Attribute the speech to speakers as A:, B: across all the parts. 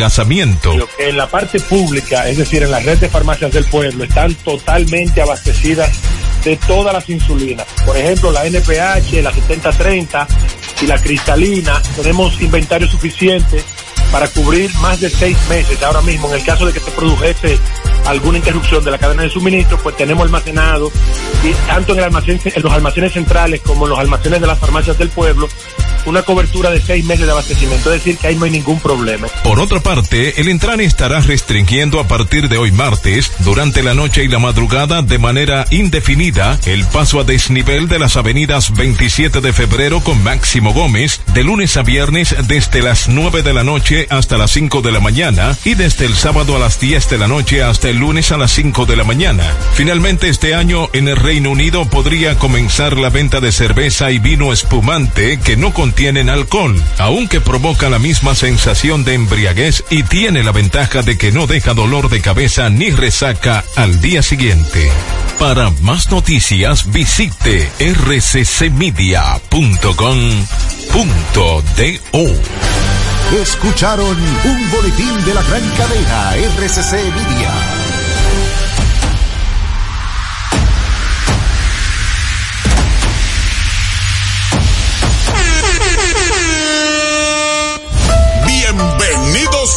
A: adelgazamiento.
B: En la parte pública, es decir, en la red de farmacias del pueblo, están totalmente abastecidas de todas las insulinas. Por ejemplo, la NPH, la 7030 y la cristalina. Tenemos inventario suficiente para cubrir más de seis meses ahora mismo. En el caso de que se produjese alguna interrupción de la cadena de suministro, pues tenemos almacenado, y tanto en, el almacén, en los almacenes centrales como en los almacenes de las farmacias del pueblo, una cobertura de seis meses de abastecimiento, es decir, que ahí no hay ningún problema.
A: Por otra parte, el Intran estará restringiendo a partir de hoy martes, durante la noche y la madrugada, de manera indefinida, el paso a desnivel de las avenidas 27 de febrero con Máximo Gómez, de lunes a viernes desde las 9 de la noche hasta las 5 de la mañana y desde el sábado a las 10 de la noche hasta el lunes a las 5 de la mañana. Finalmente, este año en el Reino Unido podría comenzar la venta de cerveza y vino espumante que no contiene tienen alcohol, aunque provoca la misma sensación de embriaguez y tiene la ventaja de que no deja dolor de cabeza ni resaca al día siguiente. Para más noticias visite rccmedia.com.do.
C: Escucharon un boletín de la gran cadena RCC Media.
D: Bienvenidos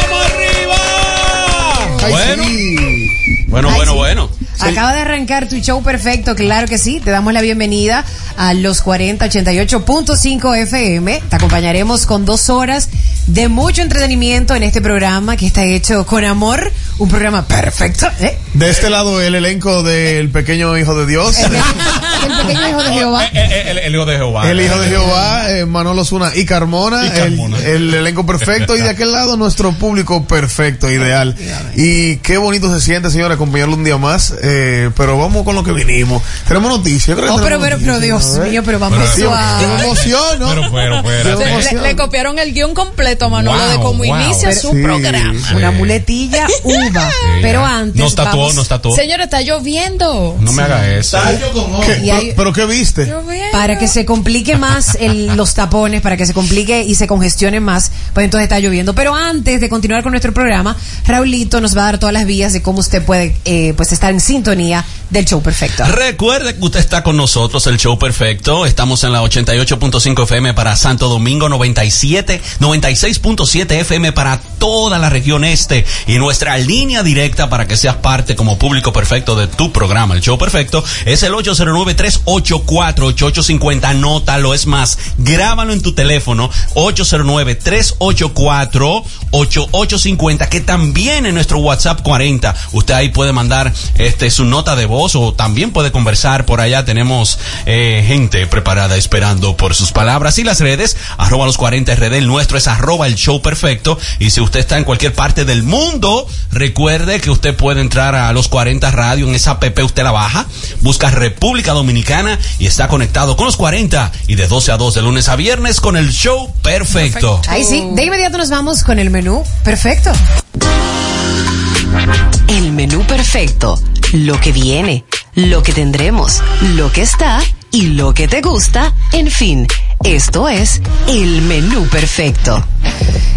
E: vamos arriba.
F: Bueno.
E: Bueno,
F: Ay,
E: bueno,
F: sí.
E: bueno.
F: Acaba de arrancar tu show perfecto, claro que sí. Te damos la bienvenida a los 4088.5 FM. Te acompañaremos con dos horas de mucho entretenimiento en este programa que está hecho con amor. Un programa perfecto. ¿eh?
G: De este lado, el elenco del pequeño hijo de Dios.
F: El pequeño hijo de Jehová.
E: Eh, eh, El, el hijo de Jehová.
G: El hijo de Jehová, eh, Manolo Zuna y Carmona, El, el elenco perfecto y de aquel lado nuestro público perfecto, ideal. Y qué bonito se siente, señora, acompañarlo un día más, eh, pero vamos con lo que vinimos. Tenemos noticias. creo que
F: Oh, pero,
G: tenemos
F: pero, pero,
G: noticias,
F: Dios
G: ¿eh?
F: mío, pero vamos
G: Pero, tío,
F: suave.
G: yo me emociono.
E: Pero, pero, pero.
G: Yo me
H: Le,
G: emociono.
H: le copiaron el guión completo a Manolo
E: Wow,
H: de cómo
E: wow.
H: inicia su
G: Sí.
H: programa.
F: Una muletilla uva. Pero antes.
E: Nos tatuó,
F: vamos-
E: nos tatuó.
H: Señores, está lloviendo.
E: No me haga eso.
G: ¿Qué?
F: Y hay-
G: Pero- pero ¿qué viste?
H: Lloviendo.
F: Para que se complique más el- los tapones, para que se complique y se congestione más, pues entonces está lloviendo. Pero antes de continuar con nuestro programa, Raulito nos va a dar todas las vías de cómo usted puede eh, pues estar en sintonía del show perfecto.
E: Recuerde que usted está con nosotros, el show perfecto. Estamos en la 88.5 FM para Santo Domingo, 97, 96.7 FM para toda la región este y nuestra línea directa para que seas parte como público perfecto de tu programa, el show perfecto, es el 809-384-8850. Nótalo, es más, grábalo en tu teléfono, 809-384-8850, que también en nuestro WhatsApp 40, usted ahí puede mandar este su nota de voz o también puede conversar por allá. Tenemos eh, gente preparada esperando por sus palabras y las redes. Arroba los 40 RD, el nuestro es arroba el show perfecto. Y si usted está en cualquier parte del mundo, recuerde que usted puede entrar a los 40 Radio en esa app. Usted la baja, busca República Dominicana y está conectado con los 40 y de 12 a 2 de lunes a viernes con el show perfecto.
F: Ahí sí, de inmediato nos vamos con el menú perfecto.
I: El menú perfecto, lo que viene, lo que tendremos, lo que está y lo que te gusta, en fin, esto es el menú perfecto.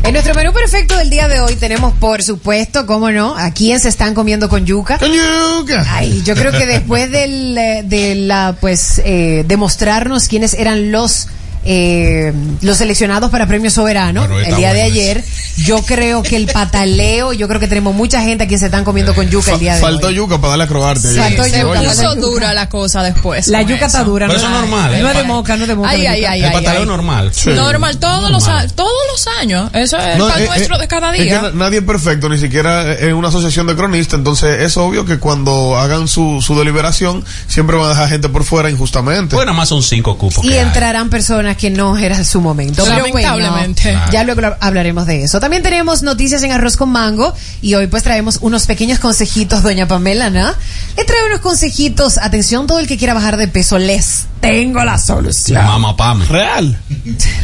F: En nuestro menú perfecto del día de hoy tenemos, por supuesto, cómo no, a quién se están comiendo con yuca.
G: Yuca.
F: Ay, yo creo que después del, eh, de la, pues, eh, demostrarnos quiénes eran los eh, los seleccionados para Premio Soberano
D: Bueno, está
F: el día de
D: bueno
F: ayer, yo creo que el pataleo, yo creo que tenemos mucha gente a quien se están comiendo con yuca el día Ah, de
G: Faltó
F: hoy.
G: yuca para darle a croarte.
F: Sí,
G: ayer.
F: faltó
H: se
F: yuca,
H: puso
F: faltó yuca.
H: dura la cosa después.
F: La
H: con
F: yuca está
H: eso.
F: dura,
E: Pero
F: no,
E: eso es
F: Ay,
E: normal,
F: No
E: ¿eh?
F: es de moca, no es de moca.
H: Ay,
F: la
H: ay,
F: yuca.
H: ay,
E: El
H: ay,
E: pataleo
H: ay.
E: normal.
H: Normal, todos los
E: Normal.
H: años, todos los años. Eso es
G: No,
H: el pan
G: eh,
H: nuestro
G: eh,
H: de cada
G: es que
H: día.
G: na- nadie es perfecto, ni siquiera en una asociación de cronistas. Entonces, es obvio que cuando hagan su, su deliberación, siempre van a dejar gente por fuera injustamente.
E: Bueno, nada más son cinco cupos.
F: Y
E: que hay.
F: entrarán personas personas que no era su momento. Pero bueno,
H: Lamentablemente.
F: ya luego lo- hablaremos de eso. También tenemos noticias en Arroz con Mango y hoy pues traemos unos pequeños consejitos, doña Pamela, ¿no? Le traigo unos consejitos. Atención, todo el que quiera bajar de peso, les tengo la solución.
E: La mamá Pame.
J: Real.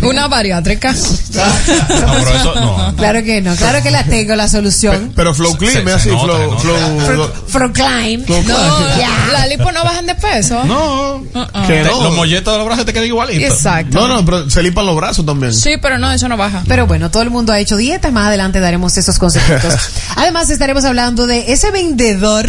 H: Una bariátrica.
E: No, pero eso no.
F: Claro que no, claro que la tengo la solución.
G: Eh, Pero Flow Clean,
E: se
G: es así,
E: nota, se
G: Flow.
E: nota.
G: Flow.
F: From Climb.
H: No, la lipo no bajan de peso.
E: No.
G: que
E: Te- Los
G: no.
E: molletos de los brazos te quedan igualitos.
H: Exacto.
G: No, no, pero se lipan los brazos también.
H: Sí, pero no, eso no baja.
F: Pero bueno, todo el mundo ha hecho dietas, más adelante daremos esos conceptos. Además estaremos hablando de ese vendedor,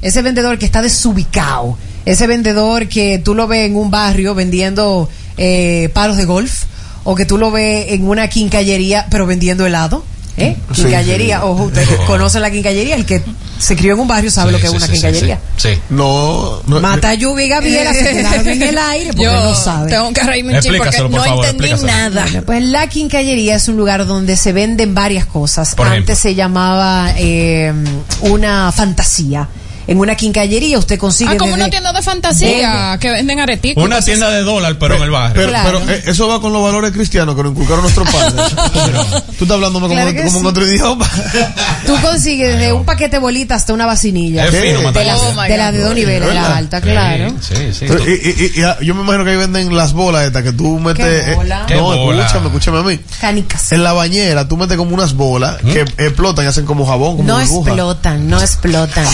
F: ese vendedor que está desubicado, ese vendedor que tú lo ves en un barrio vendiendo eh, palos de golf o que tú lo ves en una quincallería pero vendiendo helado. ¿Eh?
G: Sí,
F: Quincallería,
G: sí.
F: ojo, ustedes
E: No.
F: conocen la quincallería, el que se crió en un barrio sabe
E: Sí,
F: lo que es
E: sí,
F: una
E: sí, sí,
F: quincallería.
E: Sí. sí.
G: No, no.
F: Mata lluvia y Gabriela se quedaron en el aire porque
H: Yo
F: no saben.
H: tengo que reírme un ching porque
E: Explícaselo, por
H: no
E: favor,
H: entendí
E: explícaselo.
H: nada.
F: Bueno, pues la quincallería es un lugar donde se venden varias cosas.
E: Por ejemplo.
F: Antes se llamaba eh, una fantasía. En una quincallería usted consigue.
H: Ah, como
F: desde-
H: una tienda de fantasía que venden areticos.
E: Una tienda de dólar,
F: pues,
E: pero en el barrio.
G: Pero,
F: Claro.
G: pero, eh, eso va con los valores cristianos que nos inculcaron nuestros padres. Tú estás hablando como,
F: Claro que
G: como
F: sí.
G: en otro idioma.
F: Tú consigues desde un paquete de bolita hasta una vacinilla.
E: Es fino,
F: de
E: Matalla.
F: las
H: Oh, my
F: de, las de dos
H: God.
F: niveles,
G: ¿Verdad?
F: la alta, claro.
E: Sí, sí.
G: Y- y- y- y- yo me imagino que ahí venden las bolas estas que tú metes. eh,
F: bola?
E: ¿Qué
G: no,
E: bola?
G: escúchame, escúchame a mí.
F: Canicas.
G: En la bañera tú metes como unas bolas que explotan y hacen como jabón, como
F: No
G: burbuja.
F: explotan, no explotan.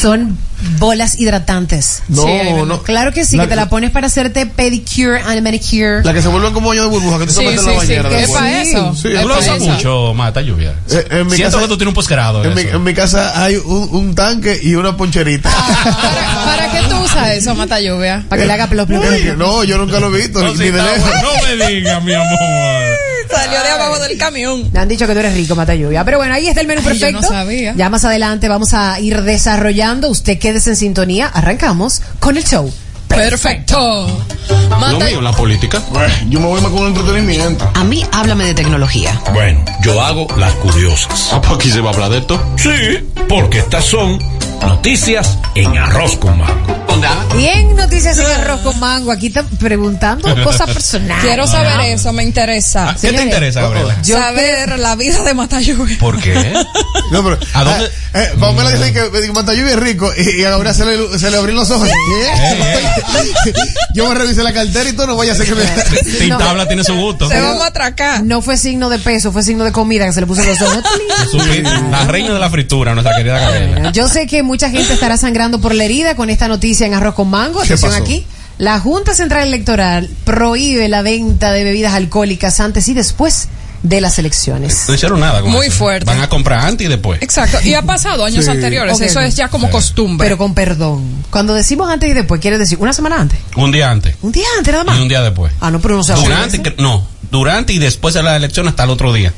F: Son bolas hidratantes.
G: No,
H: Sí, ahí venden.
G: no.
F: Claro que sí, que te la pones para hacerte pedicure and manicure.
G: La que se vuelven como hoyo de burbuja que tú
H: Sí,
G: te
H: sí,
G: metes en la
H: sí.
G: bañera.
H: que es
G: después.
H: para eso.
G: sí,
H: es
E: Tú lo
H: pa'
E: usas
H: eso.
E: mucho, mata lluvia.
G: Eh, en mi
E: Siento
G: casa-
E: que tú tienes un posgrado. de
G: En mi,
E: eso.
G: en mi casa hay un, un tanque y una poncherita.
H: Ah, ¿Para, para qué tú usas eso, mata lluvia?
F: Para que le haga plop, plop, plop,
G: Uy,
F: plop.
G: no, yo nunca lo he visto,
E: No,
G: ni
E: sí,
G: de
E: está
G: lejos.
E: bueno. No me digas, mi amor.
H: Salió de abajo del camión.
F: Me han dicho que tú eres rico, Mata Lluvia. Pero bueno, ahí está el menú
H: Ay, yo
F: perfecto.
H: no sabía.
F: Ya más adelante vamos a ir desarrollando. Usted quédese en sintonía. Arrancamos con el show.
I: Pues,
H: Perfecto. Mata
E: la política.
G: Yo me voy más con entretenimiento.
I: A mí háblame de tecnología.
A: Bueno, yo hago las curiosas.
E: Ah, pues aquí se va a hablar de esto.
A: Sí, porque estas son noticias en arroz con mango.
F: Y en Noticias en Arroz con Mango, aquí están preguntando cosas personales.
H: Quiero
E: Ah.
H: saber eso, me Ah, interesa.
E: ¿Qué te
F: Señores.
E: interesa, Gabriela?
F: Yo
H: saber la vida de mata lluvia.
E: ¿Por qué?
G: No, pero,
E: ¿A dónde?
G: Eh, eh, Pamela dice que eh, Mata Lluvia es rico y, y a Gabriel se le, se le abrieron los
E: Eh,
G: ojos. ¿Qué? Yo me revisé la cartera y todo, no vaya a ser que me...
E: Tintabla tiene su gusto.
H: Se vamos a atracar.
F: No fue signo de peso, fue signo de comida que se le puso en los ojos.
E: Su fi- La reina de la fritura, nuestra querida Gabriela.
F: Bueno, yo sé que mucha gente estará sangrando por la herida con esta noticia en Arroz con Mango.
G: ¿Qué
F: Atención
G: pasó?
F: aquí. La Junta Central Electoral prohíbe la venta de bebidas alcohólicas antes y después de las elecciones.
E: No hicieron nada con
H: Muy
E: eso.
H: fuerte.
E: Van a comprar antes y después.
H: Exacto. Y ha pasado años
G: Sí.
H: anteriores.
F: Ok.
H: Eso es ya como costumbre.
F: Pero con perdón. Cuando decimos antes y después, quiere decir una semana antes.
E: Un día antes
F: Un día antes nada más.
E: y un día después.
F: Ah, no, pero no se
E: Durante,
F: abastecen.
E: que- no, durante y después de la elección hasta el otro día.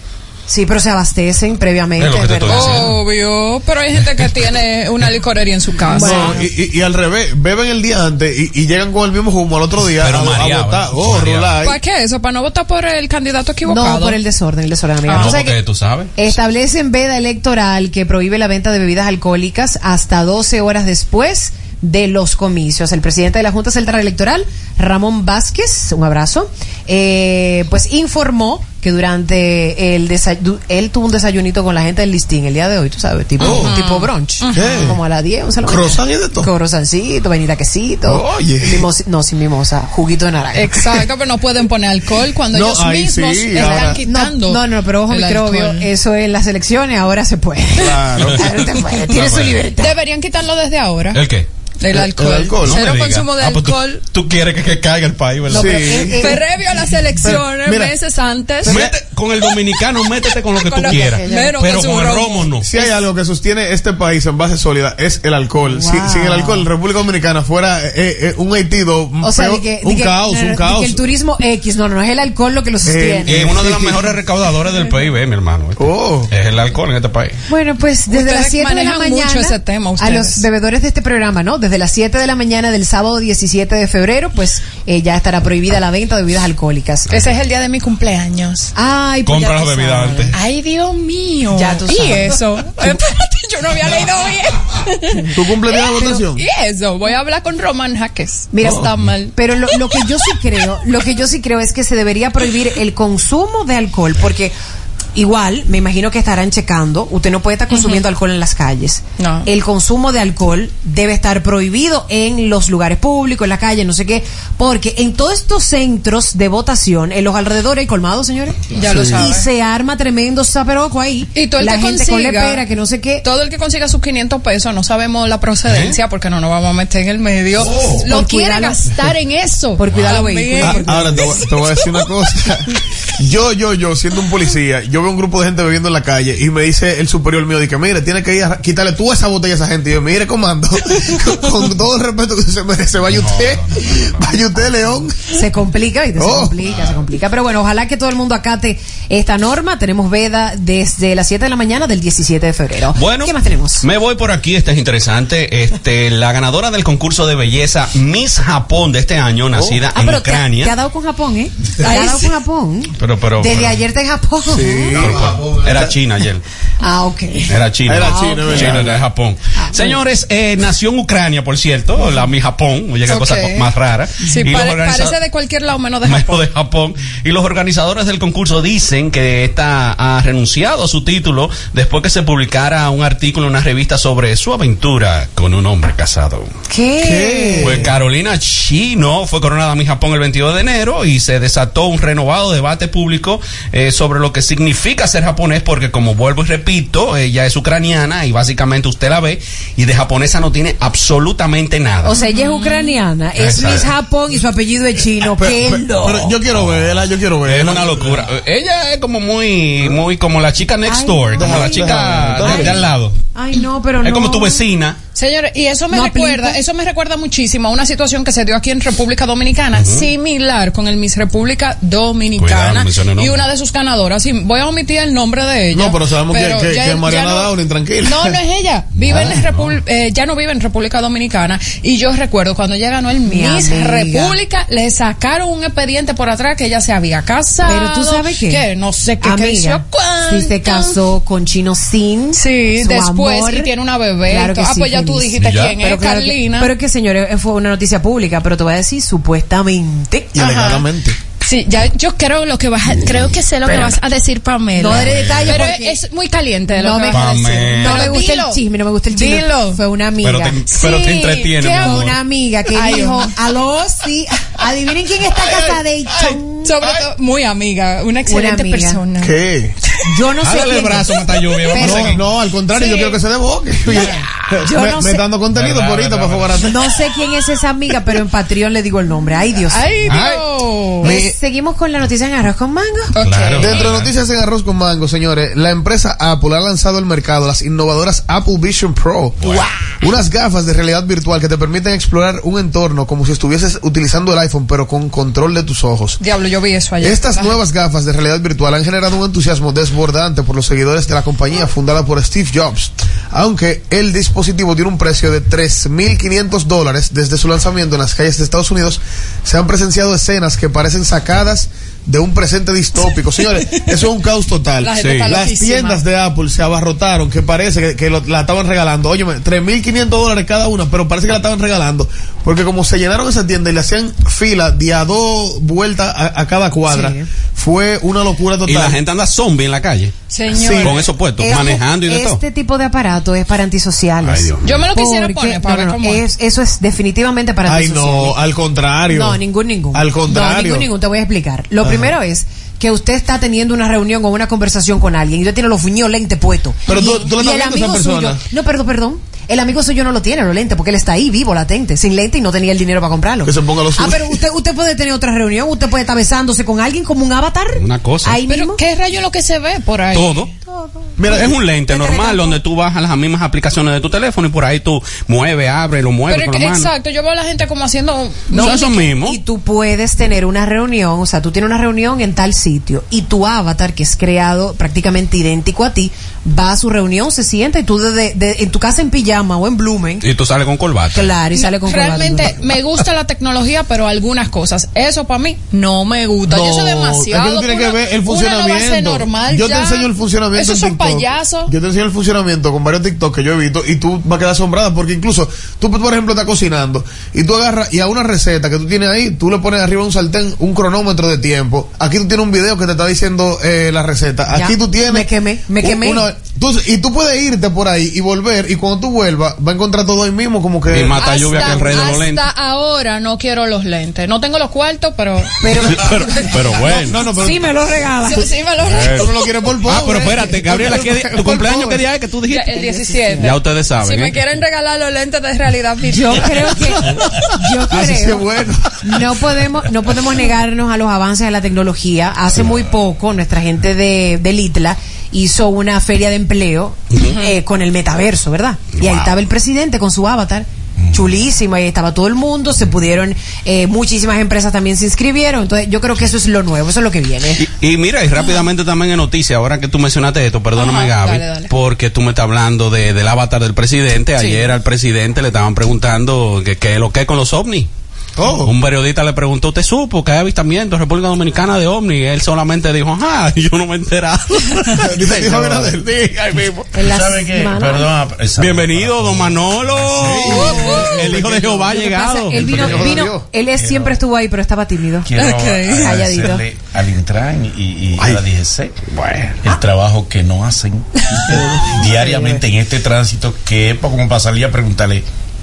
F: Sí, pero se abastecen previamente.
E: Es lo que te
F: ¿verdad?
E: estoy
H: Oh,
E: diciendo.
H: Obvio. Pero hay gente que tiene una licorería en su casa.
G: No, y, y- y al revés, beben el día antes y, y llegan con el mismo humo al otro día
E: Pero
G: a, a
E: mareado,
G: votar.
E: eh,
G: Oh,
E: mareado.
G: rulay.
H: ¿Para qué eso? ¿Para no votar por el candidato equivocado?
F: No, por el desorden, el desorden, amiga.
E: Ah,
F: Tú
E: no,
F: sabes
E: porque
F: que
E: tú sabes.
F: Establecen veda electoral que prohíbe la venta de bebidas alcohólicas hasta 12 horas después de los comicios. El presidente de la Junta Central Electoral, Ramón Vázquez, un abrazo, eh, pues informó que durante el desayuno, él tuvo un desayunito con la gente del listín el día de hoy, tú sabes, tipo, tipo brunch,
G: ¿Qué?
F: como a las 10, 11 de la mañana.
G: Croissant y de todo.
F: Croissancito, vainita quesito,
G: Oye.
F: mimos- no, sin mimosa, juguito de naranja.
H: Exacto, pero no pueden poner alcohol cuando
G: No,
H: ellos
G: ahí
H: mismos
G: sí,
H: están
G: ahora-
H: quitando.
F: No, no, no, pero ojo,
H: el
F: microbio,
H: alcohol.
F: eso en las elecciones ahora se puede.
G: Claro.
F: Ahora te puede, tiene
E: Claro,
F: su
E: claro.
F: libertad.
H: Deberían quitarlo desde ahora.
E: ¿El qué?
H: El alcohol.
G: el alcohol, no
H: Cero
E: Me Eh, diga.
H: consumo de
E: Ah, pues tú-
H: alcohol.
E: Tú, quieres que, que caiga el país, ¿verdad?
G: Sí.
F: Eh, eh,
H: Previo a las elecciones,
G: Pero, mira,
H: meses antes.
E: Mete- con el dominicano, métete con lo que
H: Con
E: tú
H: lo que
E: quieras.
H: sea,
E: Pero,
H: pero con
E: con
H: su
E: el
H: romo.
E: romo no.
G: Si hay algo que sostiene este país en base sólida es el alcohol. Si-
F: Wow.
G: sin el alcohol, República Dominicana fuera eh, eh, un Haití, do-
F: o sea,
G: peor-
F: de que, de
G: un
F: que-
G: caos,
F: no, no,
G: un
F: de
G: caos.
F: que el turismo X, no, no, no es el alcohol lo que lo sostiene.
E: Es Eh, uno de los mejores recaudadores del PIB, mi hermano.
G: Oh.
E: Es el alcohol en este país.
F: Bueno, pues desde
H: Ustedes
F: las 7 de la
H: manejan
F: mañana
H: mucho ese tema,
F: a
H: ustedes.
F: los bebedores de este programa, ¿no? Desde las 7 de la mañana del sábado 17 de febrero, pues eh, ya estará prohibida la venta de bebidas alcohólicas.
H: Ese es el día de mi cumpleaños.
F: Ay, pues
E: Compra
F: ya
E: las
F: tú
E: bebidas
F: sabes.
E: antes.
H: Ay, Dios mío.
F: Ya tú
H: Y
F: sabes.
H: eso. Espérate, Yo no había leído bien.
G: ¿Tú cumples
F: Eh,
G: bien la votación?
H: Y eso, voy a hablar con Roman Jaques.
F: Mira,
H: Mira, está mal.
F: Pero lo, lo que yo sí creo, lo que yo sí creo es que se debería prohibir el consumo de alcohol, porque igual me imagino que estarán checando, usted no puede estar consumiendo alcohol en las calles.
H: No.
F: El consumo de alcohol debe estar prohibido en los lugares públicos, en la calle, no sé qué, porque en todos estos centros de votación, en los alrededores hay colmados, señores.
H: Ya lo
F: Y
H: sabes.
F: se arma tremendo zaperoco ahí.
H: Y todo el
F: la
H: que
F: gente con
H: consiga-
F: lepera, que no sé qué.
H: Todo el que consiga sus 500 pesos, no sabemos la procedencia porque no nos vamos a meter en el medio. lo
F: Por
H: quiere
F: cuidar la-
H: gastar en eso.
F: por cuidar la
H: Amén.
F: vehículo, por
G: Ah, Ahora te, voy- te voy a decir una cosa. Yo, yo, yo, siendo un policía, yo veo un grupo de gente bebiendo en la calle y me dice el superior mío, dice, mire, tiene que ir a quitarle tú esa botella a esa gente. Y yo, mire, comando, con, con todo el respeto que se merece, vaya usted, vaya usted, León.
F: Se complica, ¿viste? se
G: Oh.
F: complica, se complica. Pero bueno, ojalá que todo el mundo acate esta norma. Tenemos veda desde las 7 de la mañana del 17 de febrero.
E: Bueno,
F: ¿qué más tenemos?
E: Me voy por aquí, esta es interesante. Este, la ganadora del concurso de belleza Miss Japón de este
G: Oh.
E: año, nacida en
H: Ah,
F: Ah, pero te, ha-
E: Ucrania.
F: te ha dado con Japón, ¿eh? Te ha
H: Ay,
F: dado
H: sí.
F: con Japón.
E: Pero, pero,
F: Desde
E: pero-
F: ayer está en Japón.
E: Era China ayer.
F: Ah, ok.
E: Era China.
G: Ah, Era
E: Ah,
G: China,
E: ok.
G: ¿verdad?
E: China, era Japón.
H: Ah,
E: Señores, eh, nació en Ucrania, por cierto, la mi Japón, oye, qué
H: Ok.
E: cosa más rara.
H: Sí,
E: Y los
H: pare-
E: organiza-
H: parece de cualquier lado menos de
E: Menos
H: Japón.
E: de Japón. Y los organizadores del concurso dicen que esta ha renunciado a su título después que se publicara un artículo en una revista sobre su aventura con un hombre casado.
F: ¿Qué?
E: Pues Carolina Chino fue coronada mi Japón el 22 de enero y se desató un renovado debate público eh, sobre lo que significa ser japonés porque como vuelvo y repito, ella es ucraniana y básicamente usted la ve y de japonesa no tiene absolutamente nada.
F: O sea, ella es ucraniana, es
E: Exacto.
F: Miss Japón y su apellido es chino.
G: Pero,
F: ¡Qué
G: pero-
F: loco!
G: pero yo quiero verla, yo quiero
E: es
G: verla.
E: una locura. Ella es como muy, muy como la chica next
F: Ay,
E: door, como
G: déjame,
E: la chica
G: déjame,
E: de, de al lado.
F: Ay, no, pero no.
E: Es como tu vecina.
H: Señores, y eso me
F: No
H: recuerda,
F: aplica.
H: eso me recuerda muchísimo a una situación que se dio aquí en República Dominicana, similar con el Miss República
E: Cuidado, no
H: Dominicana
E: mencione
H: y
E: nombre.
H: una de sus ganadoras. sí, voy a omitir el nombre de ella.
G: No, pero sabemos que- que- que es Mariana
H: no-
G: Downing, tranquila.
H: No, no es ella. Vive en
F: Ah.
H: Repu- eh, ya no vive en República Dominicana y yo recuerdo cuando ella ganó el
F: Mi
H: Miss
F: amiga.
H: República le sacaron un expediente por atrás que ella se había casado.
F: Pero tú sabes qué.
H: que no sé qué, que
F: Amiga,
H: yo cuánto.
F: si se casó con Chino Sin.
H: Sí,
F: su
H: después
F: amor,
H: y tiene una bebé. y
F: claro que
H: todo. ah,
F: sí,
H: pues ya tú
F: feliz.
H: dijiste
E: ¿Y ya?
H: quién es,
F: claro que-
H: Carlina.
F: pero que señores, eh, fue una noticia pública, pero te voy a decir supuestamente.
G: Y alegadamente.
H: Sí, ya yo creo lo que vas a- creo que sé lo que vas a decir Pamela.
F: No daré detalles
H: pero
F: porque-
H: es muy caliente de lo
F: No
H: que
F: me,
H: vas a
E: Pamela.
H: decir.
F: no me
H: Pero
F: gusta
H: dilo.
F: el chisme, no me gusta el chisme.
H: Dilo.
F: Fue una
E: Pero
F: amiga.
E: te, pero te entretiene,
H: ¿qué
E: mi
H: hago?
E: amor.
F: Una amiga que
H: Ay,
F: dijo,
H: Dios.
F: aló, sí, adivinen quién está casada y
H: Ay, sobre todo, muy amiga, una excelente
F: amiga.
H: persona.
G: ¿Qué?
F: Yo no sé
E: Hágale el
F: quién
E: brazo,
F: es.
E: mata lluvia. Vamos a
F: Pero-
G: No,
E: seguir.
G: no, al contrario,
H: Sí.
G: yo quiero que se desboque.
F: Yo
G: me,
F: no
G: me
F: sé.
G: está dando contenido
E: Verdad,
G: por ahorita,
E: verdad,
G: por favor. atenta.
F: No sé quién es esa amiga, pero en Patreon le digo el nombre. Ay, Dios.
E: Ay.
H: Ay, Dios.
F: Eh, Seguimos con la noticia en arroz con mango.
H: Ok.
E: Claro.
G: Dentro de noticias en arroz con mango, señores, la empresa Apple ha lanzado al mercado las innovadoras Apple Vision Pro. Unas gafas de realidad virtual que te permiten explorar un entorno como si estuvieses utilizando el iPhone, pero con control de tus ojos.
H: Diablo, yo vi eso ayer.
G: Estas
H: Ah.
G: nuevas gafas de realidad virtual han generado un entusiasmo desbordante por los seguidores de la compañía fundada por Steve Jobs, aunque el dispositivo tiene un precio de 3.500 dólares desde su lanzamiento en las calles de Estados Unidos, se han presenciado escenas que parecen sacadas de un presente distópico. Señores, eso es un caos total.
H: La gente está
G: Las
H: loquísima.
G: tiendas de Apple se abarrotaron, que parece que, que lo- la estaban regalando. Oye, 3.500 dólares cada una, pero parece que la estaban regalando. Porque como se llenaron esa tienda y le hacían fila de a dos vueltas a, a cada cuadra,
F: Sí.
G: fue una locura total.
E: Y la gente anda zombie en la calle.
H: Señor.
E: Con esos puestos,
F: Este-
E: manejando y de todo.
F: Este tipo de aparato es para antisociales.
E: Ay, Dios mío.
H: Yo me lo quisiera
F: Porque-
H: poner para
F: no,
H: ver
F: no, no,
H: cómo
F: es-
H: es.
F: eso es definitivamente para
G: Ay,
F: antisociales.
G: no, al contrario.
F: No, ningún, ningún.
G: Al
F: No,
G: contrario.
F: ningún, ningún. Te voy a explicar. Lo primero es que usted está teniendo una reunión o una conversación con alguien y usted tiene los fuñidos lentes puestos.
G: Pero
F: Y-
G: tú- tú le
F: y
G: estás
F: el
G: viendo a esa
F: amigo
G: persona.
F: suyo. No, perdón, perdón. El amigo suyo no lo tiene, los lentes, porque él está ahí vivo, latente, sin lente y no tenía el dinero para comprarlo.
G: Que se ponga los
F: Ah,
G: suyos.
F: pero usted, usted puede tener otra reunión, usted puede estar besándose con alguien como un avatar.
E: Una cosa.
F: Ahí mismo.
H: Pero qué rayo es lo que se ve por ahí.
E: Todo.
G: Mira,
E: es un lente normal donde tú bajas las mismas aplicaciones de tu teléfono y por ahí tú mueves, abres, lo mueves
H: Pero
E: con la mano.
H: exacto, yo veo a la gente como haciendo
E: No,
H: Son-
E: eso mismo.
F: Y tú puedes tener una reunión, o sea, tú tienes una reunión en tal sitio y tu avatar, que es creado prácticamente idéntico a ti, va a su reunión, se sienta y tú desde de- en tu casa en pijama o en blumen,
E: Y tú sales con corbata.
F: claro, y sale con corbata.
H: Realmente me gusta la tecnología, pero algunas cosas. Eso para mí no me gusta.
G: No,
H: yo
G: es
H: soy
G: que
H: demasiado.
G: tú tienes
H: una-
G: que ver el
H: una lo va a hacer
G: funcionamiento.
H: normal
G: Yo te
H: ya.
G: enseño el funcionamiento funcionamiento.
H: Esos
G: en
H: son
G: TikTok.
H: payasos.
G: Yo te enseño el funcionamiento con varios TikTok que yo he visto y tú vas a quedar asombrada porque incluso tú, por ejemplo, estás cocinando y tú agarras y a una receta que tú tienes ahí, tú le pones arriba de un sartén un cronómetro de tiempo. Aquí tú tienes un video que te está diciendo eh, la receta.
F: Ya,
G: Aquí tú tienes.
F: me quemé, me
G: un-
F: quemé.
G: una- entonces, y tú puedes irte por ahí y volver y cuando tú vuelvas va a encontrar todo ahí mismo como que.
E: Y mata lluvia que
H: Hasta-
E: enreda los
H: hasta
E: lentes.
H: ahora no quiero los lentes. No tengo los cuartos, pero
F: Pero,
E: Pero, pero bueno.
G: No, no, pero
F: sí me lo regala.
H: sí, sí me los
G: tú no lo quieres por pobre.
E: Ah, pero espérate, Gabriela, ¿qué día- ¿tu
G: Por
E: cumpleaños
G: pobre.
E: qué día es que tú
H: Ya,
E: dijiste?
H: el 17.
E: Ya ustedes saben,
H: Si
E: ¿eh?
H: me quieren regalar los lentes de realidad
F: Yo
H: virtual.
F: creo que yo
G: Así es
F: creo
G: Ah, bueno.
F: no podemos no podemos negarnos a los avances de la tecnología. Hace muy poco nuestra gente de del ITLA hizo una feria de empleo eh, con el metaverso, ¿verdad? Y ahí estaba el presidente con su avatar. Chulísimo, ahí estaba todo el mundo, se pudieron, eh, muchísimas empresas también se inscribieron, entonces yo creo que eso es lo nuevo, eso es lo que viene.
E: Y, y mira, y rápidamente también en noticias, ahora que tú mencionaste esto, perdóname
H: Ajá,
E: Gaby,
H: dale, dale.
E: porque tú me estás hablando de, del avatar del presidente. Ayer al presidente le estaban preguntando qué que lo que es con los ovnis.
G: Oh.
E: Un periodista le preguntó, ¿usted supo que hay avistamiento en República Dominicana de ovnis? Él solamente dijo, ajá, yo no me he enterado.
G: Dice, dijo Abinader. Sí, ahí mismo.
F: En la
J: ¿Sabe qué?
F: semana-
J: Perdón. esa-
E: Bienvenido, don Manolo. El hijo de Jehová ha
F: Oh, Lo que
E: llegado.
F: pasa, él vino,
G: Pero-
F: vino- él es- siempre estuvo ahí, pero estaba tímido.
J: Quiero
H: Ok.
J: agradecerle al Intran y, y a la DGC el trabajo que no hacen diariamente en este tránsito que es pa- como para salir a preguntarle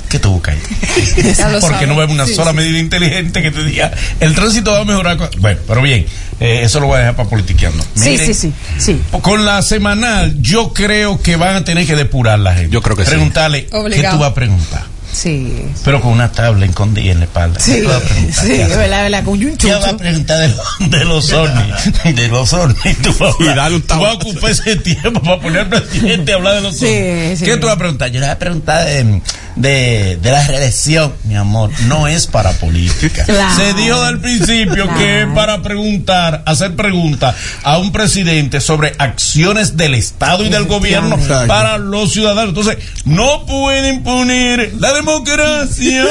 J: ¿qué tú buscas ahí?
H: Ya lo
J: Porque
H: saben.
J: no vemos una sola medida inteligente que te diga el tránsito va a mejorar. cu-". Bueno, pero bien, eh, eso lo voy a dejar para politiqueando.
F: Sí,
J: Miren,
F: sí, sí, sí.
J: Con la semanal, yo creo que van a tener que depurar la gente.
E: Yo creo que sí.
J: Preguntarle, ¿qué
H: Obligado.
J: tú vas a preguntar?
F: Sí.
J: Pero con una tabla escondida en la espalda. ¿Qué
F: Sí,
J: tú vas a preguntar?
F: sí,
J: ¿Qué
F: es verdad, es verdad, con un
J: ¿Qué va a
F: chucho.
J: preguntar de, lo- de los ovnis? De los ovnis. Tú vas, a
E: Y
J: hablar-
E: dale un
J: tú
E: tabaco.
J: vas a ocupar ese tiempo para poner al presidente a hablar de los
F: Sí,
J: ovnis.
F: sí.
J: ¿Qué tú vas a preguntar? Yo le voy a preguntar de, de, de la reelección, mi amor. No es para política.
F: Claro.
J: Se dijo al principio
F: Claro.
J: que es para preguntar, hacer preguntas a un presidente sobre acciones del Estado y del gobierno
G: Exacto.
J: para los ciudadanos. Entonces, no pueden poner la democracia.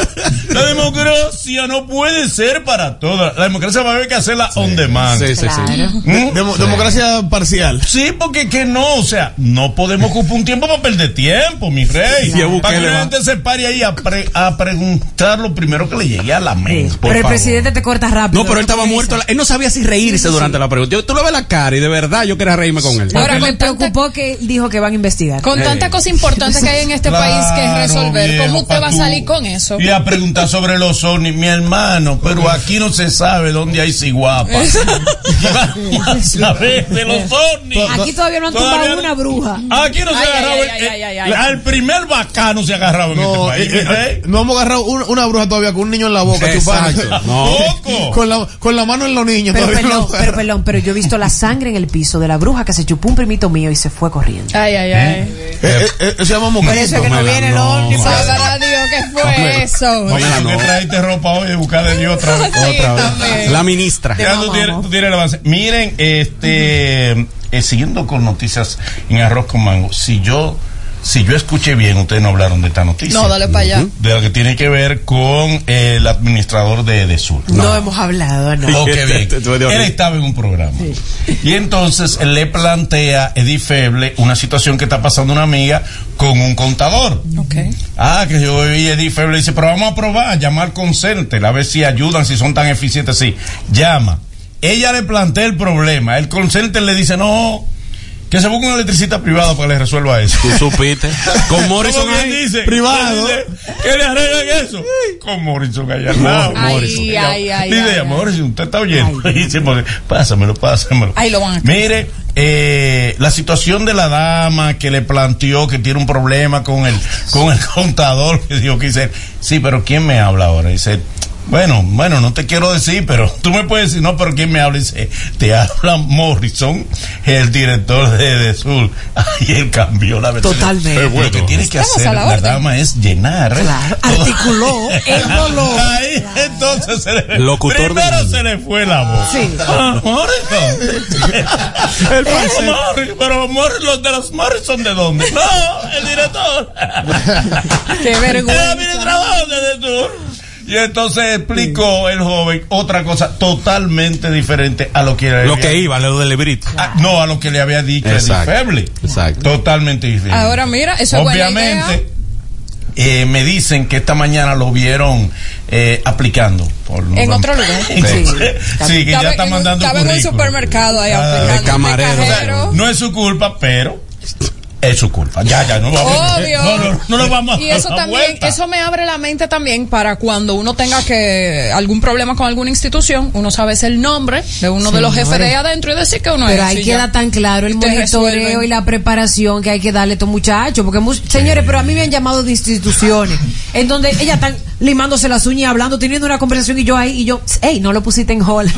J: La democracia no puede ser para todas. La democracia va a haber que hacerla on demand.
E: Sí, sí, sí.
F: Claro.
J: ¿Mm?
G: Demo- Democracia parcial.
J: Sí, porque que no, o sea, no podemos ocupar un tiempo para perder tiempo, mi rey.
E: Sí, a Bukele
J: para que
E: va.
J: la gente se pare ahí a, pre- a preguntar lo primero que le llegue a la mente.
F: Pero el
E: favor.
F: presidente te corta rápido.
E: No, pero él estaba muerto. Él no sabía si reírse durante la pregunta. Yo- Tú le ves la cara y de verdad yo quería reírme con él.
H: Ahora,
F: Ahora me
H: con tanta-
F: preocupó que él dijo que van a investigar.
H: Con tanta cosa
E: Eh.
H: importante que hay en este
J: Claro,
H: país que resolver, ¿cómo
J: viejo,
H: usted va a
J: pa' tú.
H: salir con eso?
J: Y a preguntar sobre los ovnis, mi hermano, pero aquí no se sabe dónde hay ciguapas. Vamos a saber de los ovnis.
E: Ah,
F: Aquí todavía no han
J: Todavía
F: tumbado
J: no-
F: una bruja.
J: Aquí no se
H: Ay,
J: ha agarrado.
H: ay,
J: el-
H: ay, ay, ay, ay.
J: el- Al primer bacano se ha agarrado en
G: No,
J: este país.
G: eh, eh,
J: mi rey.
G: eh, no hemos agarrado un- una bruja todavía con un niño en la boca,
E: Exacto.
G: chupando.
E: No.
J: Loco.
G: Con la, con la mano en los niños.
F: Pero
G: todavía no
F: perdón,
G: lo
F: pero
G: agarra.
F: perdón, pero yo he visto la sangre en el piso de la bruja que se chupó un primito mío y se fue corriendo.
H: Ay, ay, ay.
G: Eh, eh, eh, se llama mosquito.
F: Por eso es que no
E: Tómela,
F: viene el
E: no.
F: ómnibus.
H: Sabrá Dios, ¿qué fue eso?
J: Oye,
E: Tómela,
J: ¿por qué
E: no.
J: trajiste ropa hoy de buscar de Dios otra vez?
H: Sí,
E: Otra vez.
H: también.
E: La ministra.
J: Ya tú tienes, tú tienes el avance. Miren, este, eh, siguiendo con noticias en arroz con mango, si yo, si yo escuché bien, ustedes no hablaron de esta noticia.
H: No, dale para allá.
J: De lo que tiene que ver con eh, el administrador de, de Sur.
F: No. hemos hablado, no.
J: Oh, qué bien.
E: Te- te voy a
J: Él
E: abrir.
J: estaba en un programa. Y entonces él le plantea a Edith Feble una situación que está pasando una amiga con un contador.
H: Ok.
J: Ah, que yo vi Edith Feble dice, pero vamos a probar, llamar con Centel, a ver si ayudan, si son tan eficientes, sí. Llama. Ella le plantea el problema. El Concenter le dice, no, que se busque una electricista privada para que le resuelva eso.
E: Tú supiste. Con Morrison
J: ¿Cómo que
E: ahí.
J: dice?
G: privado.
J: Él dice, ¿Qué le arreglan eso? Con Morrison allá al lado.
H: Ay,
J: Morrison.
H: ay, ay,
J: Dice,
H: ay, ay.
J: Morrison, usted está oyendo. Dice, porque, pásamelo, pásamelo.
H: Ahí lo van a-
J: Mire, eh, la situación de la dama que le planteó que tiene un problema con el, con el contador, que dijo que dice, sí, pero ¿quién me habla ahora? Dice, bueno, bueno, no te quiero decir, pero tú me puedes decir, no, pero ¿quién me habla? Dice, te habla Morrison, el director de, de Sur. Ay, él cambió la versión.
F: Totalmente.
J: Pero bueno, lo que tienes que
H: Estamos
J: hacer
H: a la
J: la
H: orden.
J: dama es llenar.
F: Claro, articuló el dolor.
J: Ahí, entonces se le,
E: Locutor de
J: primero
E: mundo.
J: se le fue la voz.
F: Sí.
J: Ah, Morrison. El Morrison, pero Morrison, los de los Morrison de dónde? No, el director.
H: Qué
J: El
H: vergüenza.
J: administrador de Tour. Y entonces explicó el joven otra cosa totalmente diferente a lo que le
E: Lo
J: había-
E: que iba, lo del librito.
J: a- Ah, no, a lo que le había dicho
E: Exacto.
J: Eddie Feble.
E: Exacto.
J: Totalmente diferente.
H: Ahora mira, eso es buena idea.
J: Obviamente, eh, me dicen que esta mañana lo vieron eh, aplicando. por-
H: En otro lugar.
J: Sí, Sí, que ya
H: Estaba
J: está
H: en-
J: mandando
H: Estaba en un
J: currículum.
H: supermercado ahí
J: Ah,
H: aplicando.
E: de camarero.
H: de
J: O sea,
H: cajero.
J: no es su culpa, pero es su culpa. Ya, ya, no vamos
H: Obvio.
J: No, no, no le vamos a
H: Y
J: dar
H: eso
J: la
H: también,
J: vuelta.
H: eso me abre la mente también para cuando uno tenga que algún problema con alguna institución, uno sabe ese el nombre de uno de los jefes de ahí adentro y decir que uno
F: Pero
H: es.
F: ahí
H: y
F: queda
H: ya.
F: tan claro el
H: Y te
F: monitoreo
H: resuelven.
F: y la preparación que hay que darle a estos muchachos. Porque, mu- señores, pero a mí me han llamado de instituciones en donde ellas están limándose las uñas, hablando, teniendo una conversación y yo ahí, y yo, hey, no lo pusiste en hall.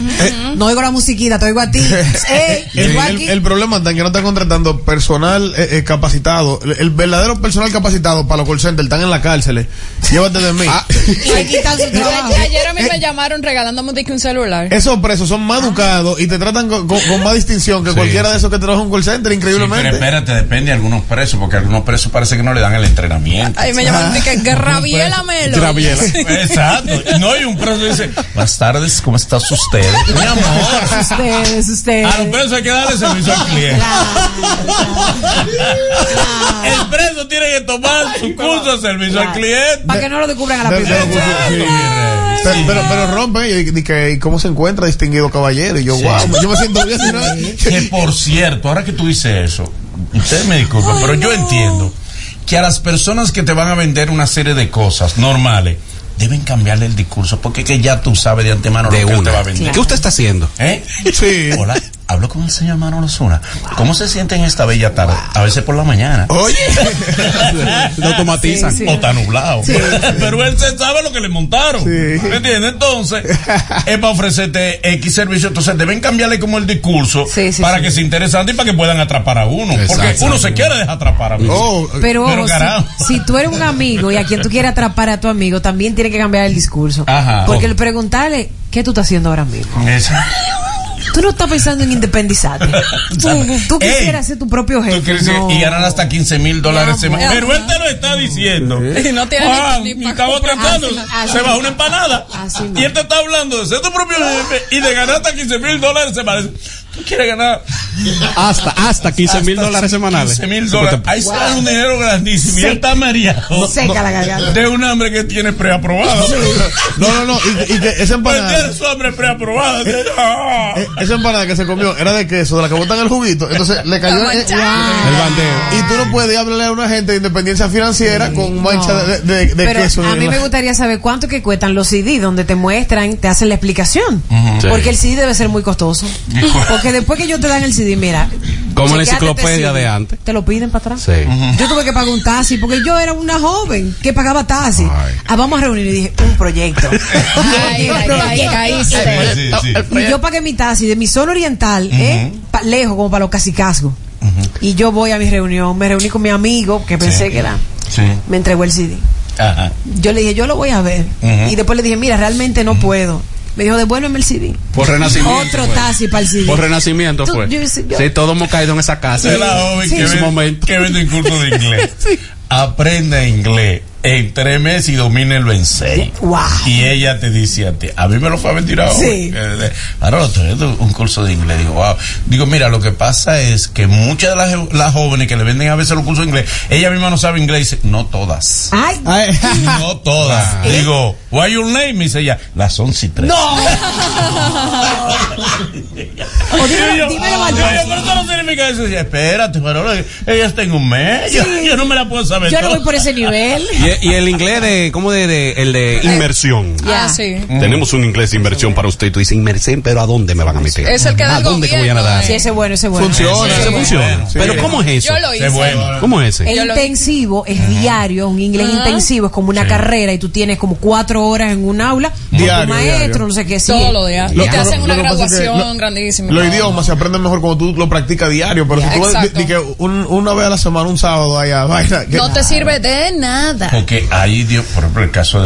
F: No oigo la musiquita, te oigo a ti. Ey,
G: El,
F: oigo
G: el-
F: aquí.
G: el problema está en que no están contratando personal eh, eh, capacitado. El, el verdadero personal capacitado para los call centers están en la cárcel. eh. Llévate de mí.
J: Ah,
F: Y le quitan su trabajo.
H: Ayer- Ayer a mí me llamaron regalándome de que un celular.
G: Esos presos son más educados y te tratan con, con- con más distinción que cualquiera de esos que trabaja en un call center,
J: Sí, pero
G: increíblemente.
J: espérate, depende de algunos presos, porque algunos presos parece que no le dan el entrenamiento. Pues,
H: Ahí me llamaron de que Graviela Melo.
G: Graviela.
J: Exacto. No, y un preso dice, buenas tardes, ¿cómo estás usted? Mi amor.
F: Ustedes, ustedes.
J: A los presos hay que darle servicio al cliente. El preso tiene que tomar su curso de servicio al cliente.
F: Para que no lo descubran a la
G: De- de-
F: primera.
G: de- sí. Pero, pero, pero rompen y, y que y cómo se encuentra distinguido caballero y yo wow yo me siento bien ¿no?
J: Que por cierto, ahora que tú dices eso, ustedes me disculpan, pero yo entiendo que a las personas que te van a vender una serie de cosas normales, deben cambiarle el discurso, porque es que ya tú sabes de antemano
E: De
J: lo que él te va a
E: una.
J: vender.
E: ¿Qué usted está haciendo?
J: ¿Eh?
G: Sí.
J: Hola, hablo con el señor Manolo Zuna. ¿Cómo se siente en esta bella tarde? A veces por la mañana.
G: oye
E: Lo automatizan.
J: O está nublado. Pero él se sabe lo que le montaron.
G: Sí.
J: ¿Me entiendes? Entonces, es para ofrecerte X servicio. Entonces, deben cambiarle como el discurso
F: Sí, sí,
J: para
F: sí.
J: que sea interesante y para que puedan atrapar a uno. Porque
E: Exacto.
J: uno se quiere dejar atrapar a uno.
G: oh,
F: Pero,
J: Pero
F: ojo, si-
J: carajo.
F: si, tú eres un amigo y a quien tú quieres atrapar a tu amigo, también tiene que cambiar el discurso.
J: Ajá.
F: Porque el preguntarle, ¿qué tú estás haciendo ahora mismo?
J: Esa-
F: Tú no estás pensando en independizarte. tú, tú
J: Ey,
F: quisieras ser tu propio
J: tú
F: jefe.
J: quieres
E: Oh.
F: No.
J: y ganar hasta 15 mil dólares
F: Ya,
J: semana.
H: ya.
J: Pero él te lo está diciendo.
H: Y no tiene
J: Ah,
H: ni, ni pa'
J: estamos
H: comprar.
J: tratando.
F: Así- así
J: Se bajó
F: mismo.
J: una empanada.
F: Así mismo.
J: Y él te está hablando de ser tu propio jefe y de ganar hasta 15 mil dólares semanales. Tú quieres ganar
E: Hasta, hasta 15 mil dólares semanales.
J: 15 mil dólares. Ahí se gana un dinero grandísimo. Y él está mareado.
F: Seca la garganta.
J: De un hambre que tiene preaprobada.
G: no no no y, y que esa
J: Pues tiene
G: empanada
J: su hambre preaprobada. Ah.
G: eh, esa empanada que se comió era de queso de la que botan el juguito entonces le cayó en-
H: Manchada.
E: El bandeo.
G: y tú no puedes hablarle a una gente de independencia financiera con mancha
F: No.
G: de, de- de
F: Pero
G: queso
F: a
G: en
F: mí
G: la-
F: me gustaría saber cuánto que cuestan los CD donde te muestran, te hacen la explicación.
E: Sí.
F: Porque el CD debe ser muy costoso. Porque después que ellos te dan el CD, mira.
E: Como
F: chequeate
E: la
F: este
E: enciclopedia
F: CD,
E: de antes.
F: Te lo piden para atrás.
E: Sí.
F: Yo tuve que pagar un taxi porque yo era una joven que pagaba taxi.
E: Ay.
F: Ah, vamos a reunir y dije, un proyecto.
H: Ay, ay, ay, caíste.
J: Sí, sí.
F: Y yo pagué mi taxi de mi zona oriental, ¿eh? Pa- lejos, como para los casicasgos. Y yo voy a mi reunión, me reuní con mi amigo, que pensé que era.
J: Sí.
F: Me entregó el CD.
J: Ajá.
F: Yo le dije, yo lo voy a ver.
J: Ujú.
F: Y después le dije, mira, realmente no puedo. Me dijo, devuélveme el CD.
E: Por renacimiento.
F: Otro
E: fue.
F: taxi para el CD.
E: Por renacimiento
F: Tú-
E: fue.
F: yo- yo-
E: Sí, todos hemos caído en esa casa.
J: Es la joven
E: Sí.
J: que,
E: En su
J: vende,
E: momento.
J: que vende un curso de inglés. Aprenda inglés en tres meses y domine el vencer.
F: Wow.
J: Y ella te dice a ti, a mí me lo fue a mentir ahora.
F: Sí.
J: Ahora lo estoy viendo un curso de inglés. Digo, wow. Digo, mira, lo que pasa es que muchas de las, jo- las jóvenes que le venden a veces los cursos de inglés, ella misma no sabe inglés y dice, no todas.
F: Ay,
G: Ay.
J: No todas. Digo, what your name? Me dice ella, las once y tres.
F: no. O dímelo-
J: Yo- yo-
F: dímelo
J: yo-
F: al
J: yo,
F: taxi.
J: pero eso no significa eso. Decía, espérate, pero ella está en un mes. Yo, yo no me la puedo saber.
F: Yo no
J: toda.
F: voy por ese nivel.
E: Y, y el inglés de, ¿cómo de, de- el de inmersión?
F: Ah,
H: Ya, ah, sí.
E: Tenemos un inglés de inmersión para usted y tú dices inmersión, pero ¿a dónde me van a meter?
H: Es el que da
E: ¿A
H: el
E: Ah, dónde que voy a
H: gobierno, eh.
E: nadar?
F: Sí, ese es bueno, ese es bueno.
G: funciona
E: Ese funciona.
G: Sí.
E: Pero ¿cómo es eso?
H: Yo lo
J: Qué
H: hice.
J: bueno.
E: ¿Cómo es ese?
F: El
H: Yo lo-
F: intensivo es diario, un inglés intensivo es como una carrera y tú tienes como cuatro horas en un aula con
G: Diario,
F: tu maestro,
G: diario.
F: no sé qué. sí.
H: Todo lo de Y
G: Lo-
H: te
G: lo-
H: hacen una
G: lo que pasa es que
H: graduación
G: lo-
H: grandísima.
G: Los idiomas se aprenden mejor cuando tú lo practicas diario, pero si tú vas
H: Exacto.
G: di- di que un- una vez a la semana, un sábado allá, vaina, que-
H: No te sirve de nada.
J: Porque ahí, Dios, por ejemplo, el caso de